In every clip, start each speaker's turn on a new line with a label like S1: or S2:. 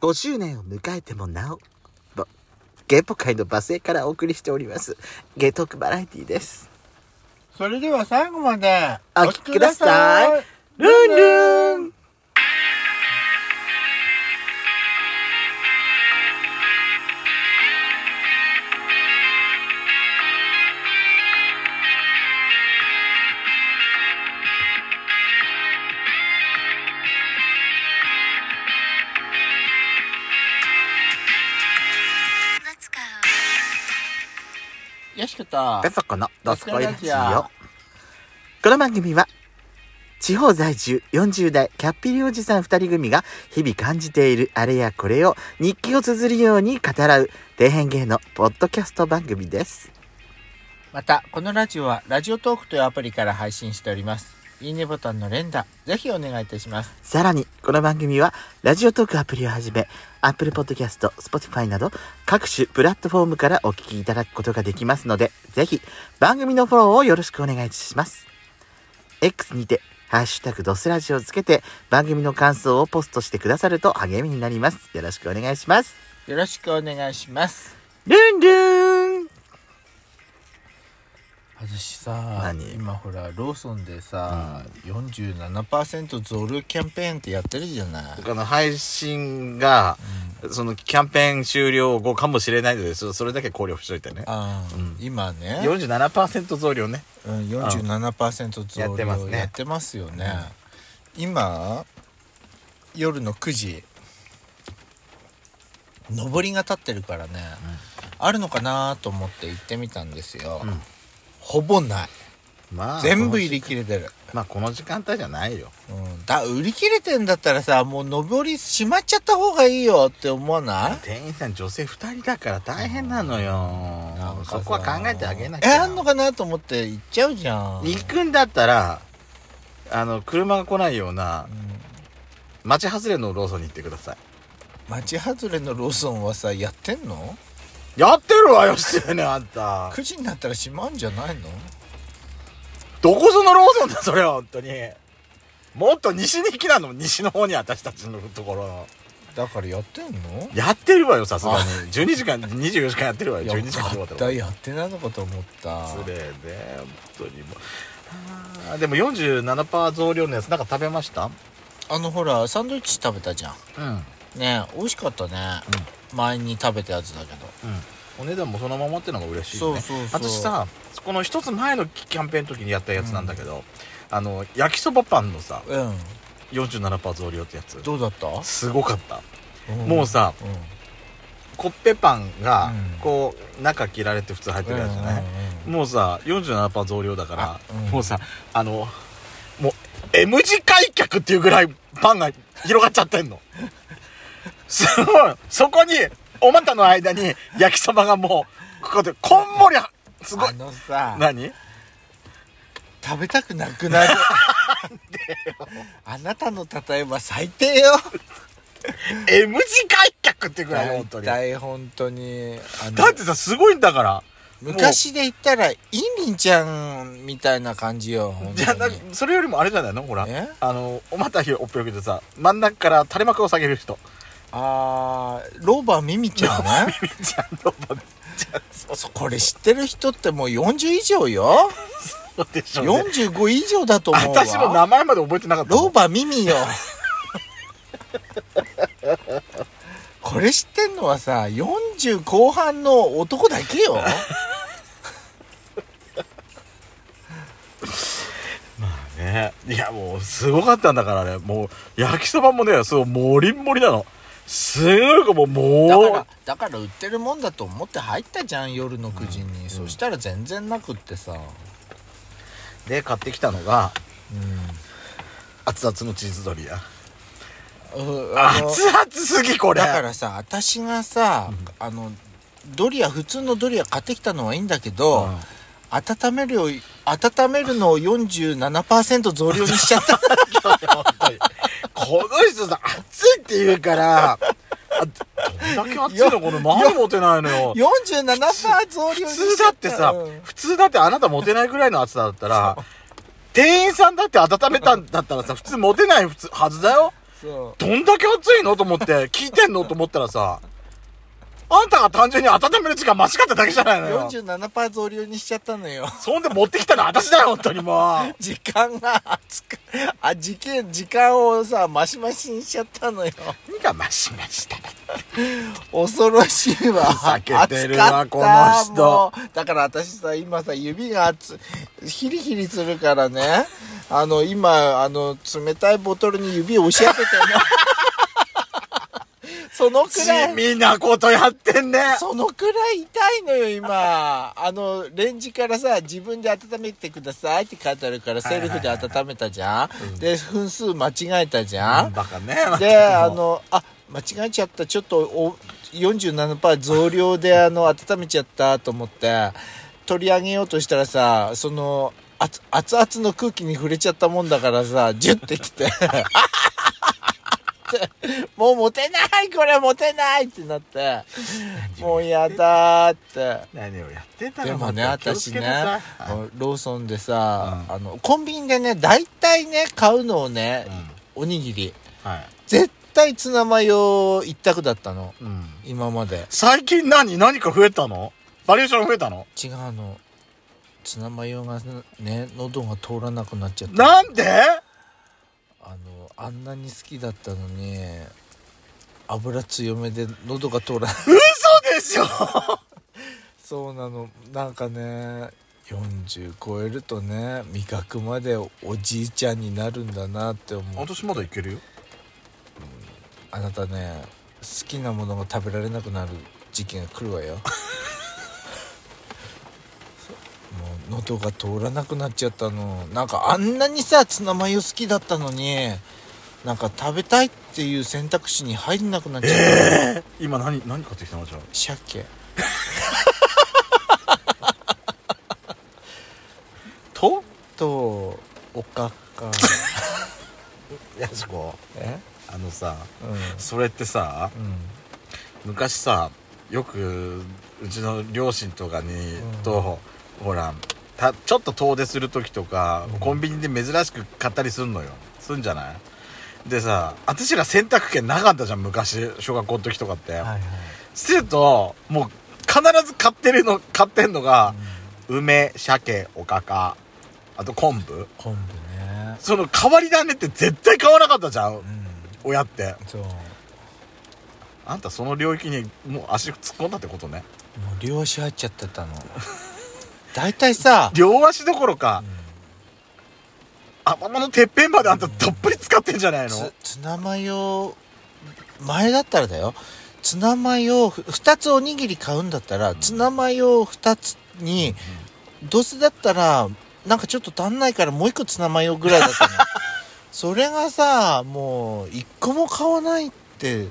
S1: 5周年を迎えてもなお、ぼゲポ界の罵声からお送りしております。ゲトークバラエティです。
S2: それでは最後まで
S1: お聞きください。ルンルン
S2: よしこと
S1: ペソコのドスコイラジオ。この番組は、地方在住40代キャッピリおじさん2人組が日々感じているあれやこれを日記を綴るように語らう底辺芸のポッドキャスト番組です。
S2: またこのラジオはラジオトークというアプリから配信しておりますいいねボタンの連打ぜひお願いいたします
S1: さらに、この番組は、ラジオトークアプリをはじめ、Apple Podcast、Spotify など、各種プラットフォームからお聞きいただくことができますので、ぜひ、番組のフォローをよろしくお願いします。X にて、ハッシュタグドスラジをつけて、番組の感想をポストしてくださると励みになります。よろしくお願いします。
S2: よろしくお願いします
S1: ルンルン
S2: 私さ
S1: 何
S2: 今ほらローソンでさ、47%増量キャンペーンってやってるじゃない
S1: この配信が、そのキャンペーン終了後かもしれないので、それだけ考慮しといてね。
S2: あー、今ね
S1: 47%増量ね。
S2: うん、47%増量
S1: やってますね
S2: やってますよね、今夜の9時上りが立ってるからね、あるのかなと思って行ってみたんですよ、
S1: ん
S2: ほぼない
S1: まあ、
S2: 全部
S1: い
S2: 入り切れてる、
S1: まあこの時間帯じゃないよ
S2: うん、だ売り切れてんだったらさもう上り閉まっちゃった方がいいよって思わない
S1: 店員さん女性2人だから大変なの
S2: な
S1: よ
S2: んかさ
S1: そこは考えてあげなき
S2: え
S1: ゃ
S2: あんのかなと思って行っちゃうじゃん
S1: 行くんだったらあの車が来ないような町外れのローソンに行ってください
S2: 町外れのローソンはさやってんの
S1: やってるわよしてねあんた
S2: 9時になったら閉まんじゃないの
S1: どこそのローソンだそれは本当にもっと西に行きなの西の方に私たちのところ
S2: だからやってんの
S1: やってるわよさすが に12時間24時間やってるわよ12時間
S2: やったやってないのかと思った
S1: 失礼ね本当にもうあーでも47%増量のやつなんか食べました
S2: あのほらサンドイッチ食べたじゃ
S1: うん
S2: んねえ美味しかったね、前に食べたやつだけど
S1: お値段もそのままってのが嬉しいよね
S2: そうそうそう
S1: 私さこの一つ前のキャンペーンの時にやったやつなんだけど、あの焼きそばパンのさ
S2: うん
S1: 47%増量ってやつ
S2: どうだった、
S1: すごかった、もうさ
S2: うん、
S1: コッペパンが
S2: うん
S1: こう中切られて普通入ってるやつじゃない、
S2: うん
S1: もうさ47%増量だから、
S2: うん
S1: もうさあのもう M 字開脚っていうぐらいパンが広がっちゃってんの すごいそこにお股の間に焼きそばがもうここでこんもりはすごい
S2: あのさ
S1: 何
S2: 食べたくなくなるあなたの例えば最低よ
S1: M 字開脚っていうぐらい本当にだ
S2: 大体本当にあの
S1: ってさすごいんだから
S2: 昔で言ったらイミンちゃんみたいな感じよ本当に
S1: じゃあなそれよりもあれじゃないのほら
S2: え
S1: あのお股ひおっぺよけてさ真ん中から垂れ幕を下げる人
S2: あーローバーミミちゃんね
S1: みーちゃんのおばちゃん そ
S2: そこれ知ってる人ってもう40以上よ
S1: うでしょうね
S2: 45以上だと思うわ
S1: 私の名前まで覚えてなかったもん
S2: ローバミミよこれ知ってんのはさ40後半の男だけよ
S1: ねいやもうすごかったんだからねもう焼きそばもねそうもりんもりなのすごいもう
S2: だか
S1: も
S2: らだから売ってるもんだと思って入ったじゃん夜の9時に、そしたら全然なくってさ、
S1: うで買ってきたのが
S2: う
S1: 熱々のチーズドリア
S2: ん、うあの
S1: 熱々すぎこれ
S2: だからさ私がさ、あのドリア普通のドリア買ってきたのはいいんだけど、
S1: うん
S2: 温めるよ温めるのを47%増量にしちゃった
S1: 本当にこの人さ熱いって言うからあどんだけ熱いのこの前持てないのよ
S2: 47%増量
S1: 普
S2: にし
S1: 通
S2: ちゃ
S1: だ
S2: っ
S1: って
S2: た
S1: さ、
S2: うん
S1: 普通だってあなたモテないぐらいの熱さだったら店員さんだって温めたんだったらさ普通モテない普通はずだよ
S2: そう
S1: どんだけ暑いのと思って、聞いてんのと思ったらさ、あんたが単純に温める時間間違っただけじゃないのよ。
S2: 47%増量にしちゃったのよ
S1: そんで持ってきたの私だよ、本当にもう。
S2: 時間が暑くあ時間時間をさマシマシにしちゃったのよ
S1: 何がマシマシだ
S2: 恐ろしいわ
S1: ふざけてるわ
S2: 暑かった
S1: この人
S2: もうだから私さ今さ指が熱いヒリヒリするからねあの今あの冷たいボトルに指を押し当ててるの そのくらい
S1: 地味なことやってんね。
S2: そのくらい痛いのよ、今。あの、レンジからさ、自分で温めてくださいって書いてあるから、
S1: はい
S2: セ
S1: はい
S2: ル
S1: はい
S2: フで温めたじゃん
S1: うん。
S2: で、分数間違えたじゃ
S1: なん
S2: ん。
S1: バカね。
S2: で、あ、の、あ、間違えちゃった。ちょっとお、47%増量で、あの、温めちゃったと思って、取り上げようとしたらさ、その、あつ熱々の空気に触れちゃったもんだからさ、ジュッてきて、 もう持てないこれ持てないってなって。もうやだーって。
S1: 何をやってたの
S2: でもね、
S1: 本当に気をつ
S2: 私
S1: け
S2: ね
S1: てさ、
S2: もうローソンでさ、
S1: うん
S2: あの、コンビニでね、大体ね、買うのをね、
S1: う
S2: おにぎり。
S1: んはい。
S2: 絶対ツナマヨ一択だったの。
S1: うん。
S2: 今まで。
S1: 最近何何か増えたのバリエーション増えたの
S2: 違うの。ツナマヨがね、喉が通らなくなっちゃった。
S1: なんで
S2: あの、あんなに好きだったのに、油強めで喉が通らない。
S1: 嘘でしょ
S2: そうなのなんかね40超えるとね味覚までおじいちゃんになるんだなって思う
S1: 私まだいけるよ。
S2: あなたね好きなものが食べられなくなる時期が来るわ よそうもう喉が通らなくなっちゃったのなんかあんなにさツナマヨ好きだったのになんか食べたいっていう選択肢に入んなくなっちゃった、
S1: ええ今何、何買ってきたのじゃあ。
S2: 鮭
S1: と
S2: とおかか
S1: やしこ、
S2: え
S1: あのさ、
S2: うん
S1: それってさ、
S2: う
S1: 昔さ、よく、うちの両親とかに、
S2: うん
S1: と、ほら、た、ちょっと遠出する時とか、
S2: うん
S1: コンビニで珍しく買ったりすんのよ。すんじゃないでさ、私ら洗濯券なかったじゃん、昔、小学校の時とかって。
S2: んはいはい
S1: すると、もう、必ず買ってるの、買ってんのが、梅、鮭、おかか、あと昆布。
S2: 昆布ね
S1: その変わり種って絶対買わなかったじゃん、
S2: うん
S1: 親って。
S2: そうも
S1: あんたその領域にもう足突っ込んだってことね。
S2: う両足入っちゃってた の大体さ、
S1: 両足どころか
S2: う、ん
S1: 頭のてっぺんまであんたどっぷり使ってんじゃないの
S2: つツナマヨ前だったらだよツナマヨふ2つおにぎり買うんだったら、
S1: ん
S2: ツナマヨ2つにどうせだったらなんかちょっと足んないからもう1個ツナマヨぐらい だったのそれがさもう1個も買わないって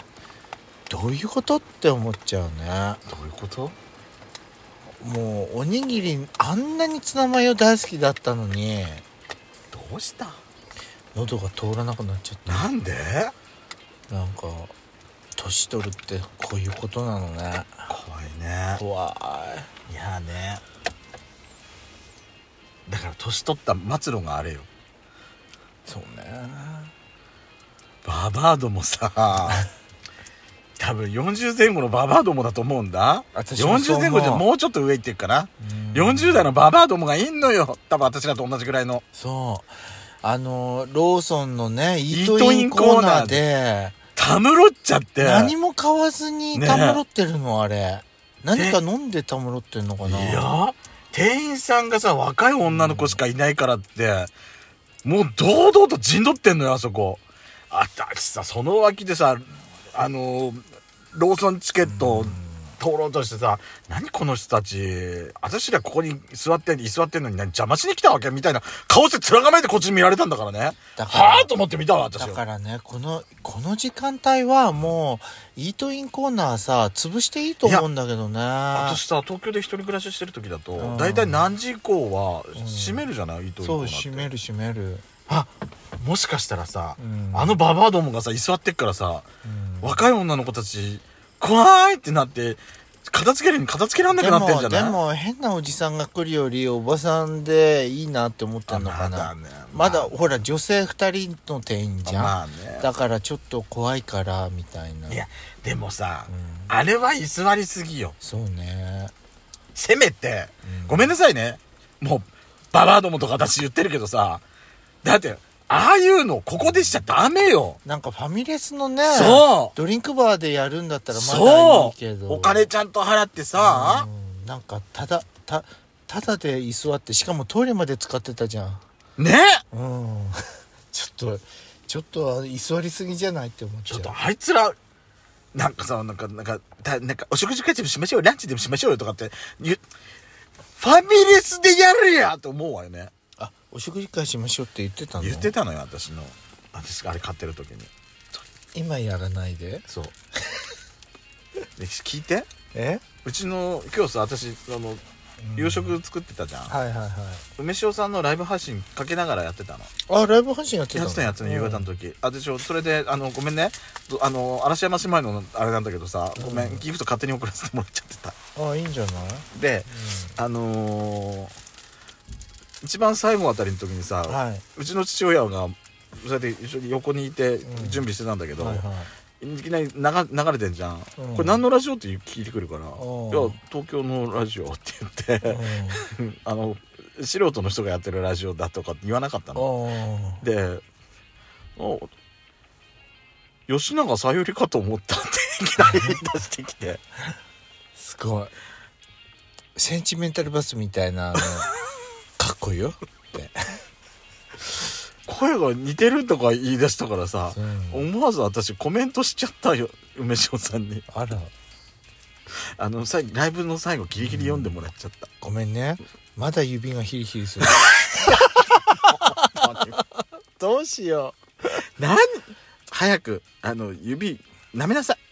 S2: どういうことって思っちゃうね
S1: どういうこと
S2: もうおにぎりあんなにツナマヨ大好きだったのに
S1: どうした
S2: 喉が通らなくなっちゃっ
S1: なんで
S2: たなんか年取るってこういうことなのね
S1: 怖いね。
S2: 怖
S1: いやーね。だから年取った末路があれよ。
S2: いそうね
S1: ババアどもさ多分40前後のババアどもだと思うんだ
S2: 私もそ
S1: 40
S2: う思う
S1: 前後じゃもうちょっと上行ってるかな、
S2: うん
S1: 40代のババアどもがいんのよ多分私らと同じぐらいの
S2: そうあのローソンのねイ
S1: ー
S2: ー
S1: ト
S2: ト
S1: イ
S2: イ
S1: ン
S2: ン
S1: コ
S2: コ
S1: ーナ
S2: ーナ
S1: ー
S2: ーで
S1: たむろっちゃって
S2: 何
S1: い
S2: も買わずに
S1: ね
S2: たむろってるのあれ何か飲んでたむろってるのかな
S1: や店員さんがさ若い女の子しかいないからって、もう堂々と陣取ってんのよあそこあたしさその脇でさあのーローソンチケットを通ろうとしてさ、何この人たち、私らここに座ってん、居座ってんのに何邪魔しに来たわけみたいな顔して面構えてこっちに見られたんだからね。
S2: だから
S1: はぁと思って見たわ、私
S2: だ
S1: は。
S2: からねこのこの時間帯はもうイートインコーナーさ潰していいと思うんだけどね
S1: 私さ、東京で一人暮らししてる時だと、
S2: うん
S1: 大体何時以降は
S2: ん
S1: 閉めるじゃない、伊藤
S2: そう閉める閉める、
S1: あ、もしかしたらさ、
S2: うん
S1: あのババアどもがさ、居座ってっからさ、
S2: うん
S1: 若い女の子たち、怖いってなって、片付けるに片付けらんなく
S2: で
S1: なってんじゃ
S2: も
S1: な
S2: で
S1: い
S2: も変なおじさんが来るよりおばさんでいいなって思ってんのかな
S1: ね
S2: まだほら女性2人の店員じゃん、
S1: まあね
S2: だからちょっと怖いからみたいない
S1: やでもさ、
S2: うん
S1: あれは居座りすぎよ
S2: そうね、
S1: せめて、
S2: うん
S1: ごめんなさいねもうババアどもとか私言ってるけどさだってああいうのここでしちゃダメよ
S2: なんかファミレスのね
S1: そう
S2: ドリンクバーでやるんだったらまだい
S1: そ
S2: いけ
S1: う
S2: ど
S1: お金ちゃんと払ってさ、
S2: うんなんかただたただで居座ってしかもトイレまで使ってたじゃん
S1: ね
S2: うん ちょっとちょっと居座りすぎじゃないって思っち
S1: ち
S2: ゃ
S1: ょ
S2: う
S1: っとあいつらなんかさなんかなんかだなんかお食事会でもしましょうよランチでもしましょうよとかって言うファミレスでやるやと思うわよね
S2: あお食事会しましょうって言ってたの
S1: 言ってたのよ私の私があれ買ってる時に
S2: 今やらないで
S1: そうで聞いて
S2: え
S1: うちの今日さ私あの夕食作ってたじゃん、
S2: はいはいはい
S1: 梅塩さんのライブ配信かけながらやってたの
S2: あライブ配信やってた
S1: や
S2: の
S1: ってたやつの夕方の
S2: の
S1: 時、あでしょそれであのごめんねどあの嵐山姉妹のあれなんだけどさごめん、ギフト勝手に送らせてもらっちゃってた
S2: あいいんじゃない
S1: で、あのー一番最後あたりの時にさ、
S2: はいう
S1: ちの父親がそうやって一緒に横にいて
S2: うん
S1: 準備してたんだけど、
S2: はい
S1: い
S2: はい
S1: きなり流流れてんじゃん、
S2: うん
S1: これ何のラジオって聞いてくるから「いや
S2: おう
S1: 東京のラジオ」って言って、
S2: うん
S1: あの素人の人がやってるラジオだとかって言わなかったの
S2: ああ
S1: で「お吉永小百合かと思った」っていきなり出してき て
S2: すごいセンチメンタルバスみたい なあのかっこいいよって
S1: 声が似てるとか言い出したからさ思わず私コメントしちゃったよ梅塩さんに
S2: あら
S1: あのさライブの最後ギリギリ読んでもらっちゃった、
S2: ごめんねまだ指がヒリヒリするどうしよ
S1: なん早くあの指舐めなさい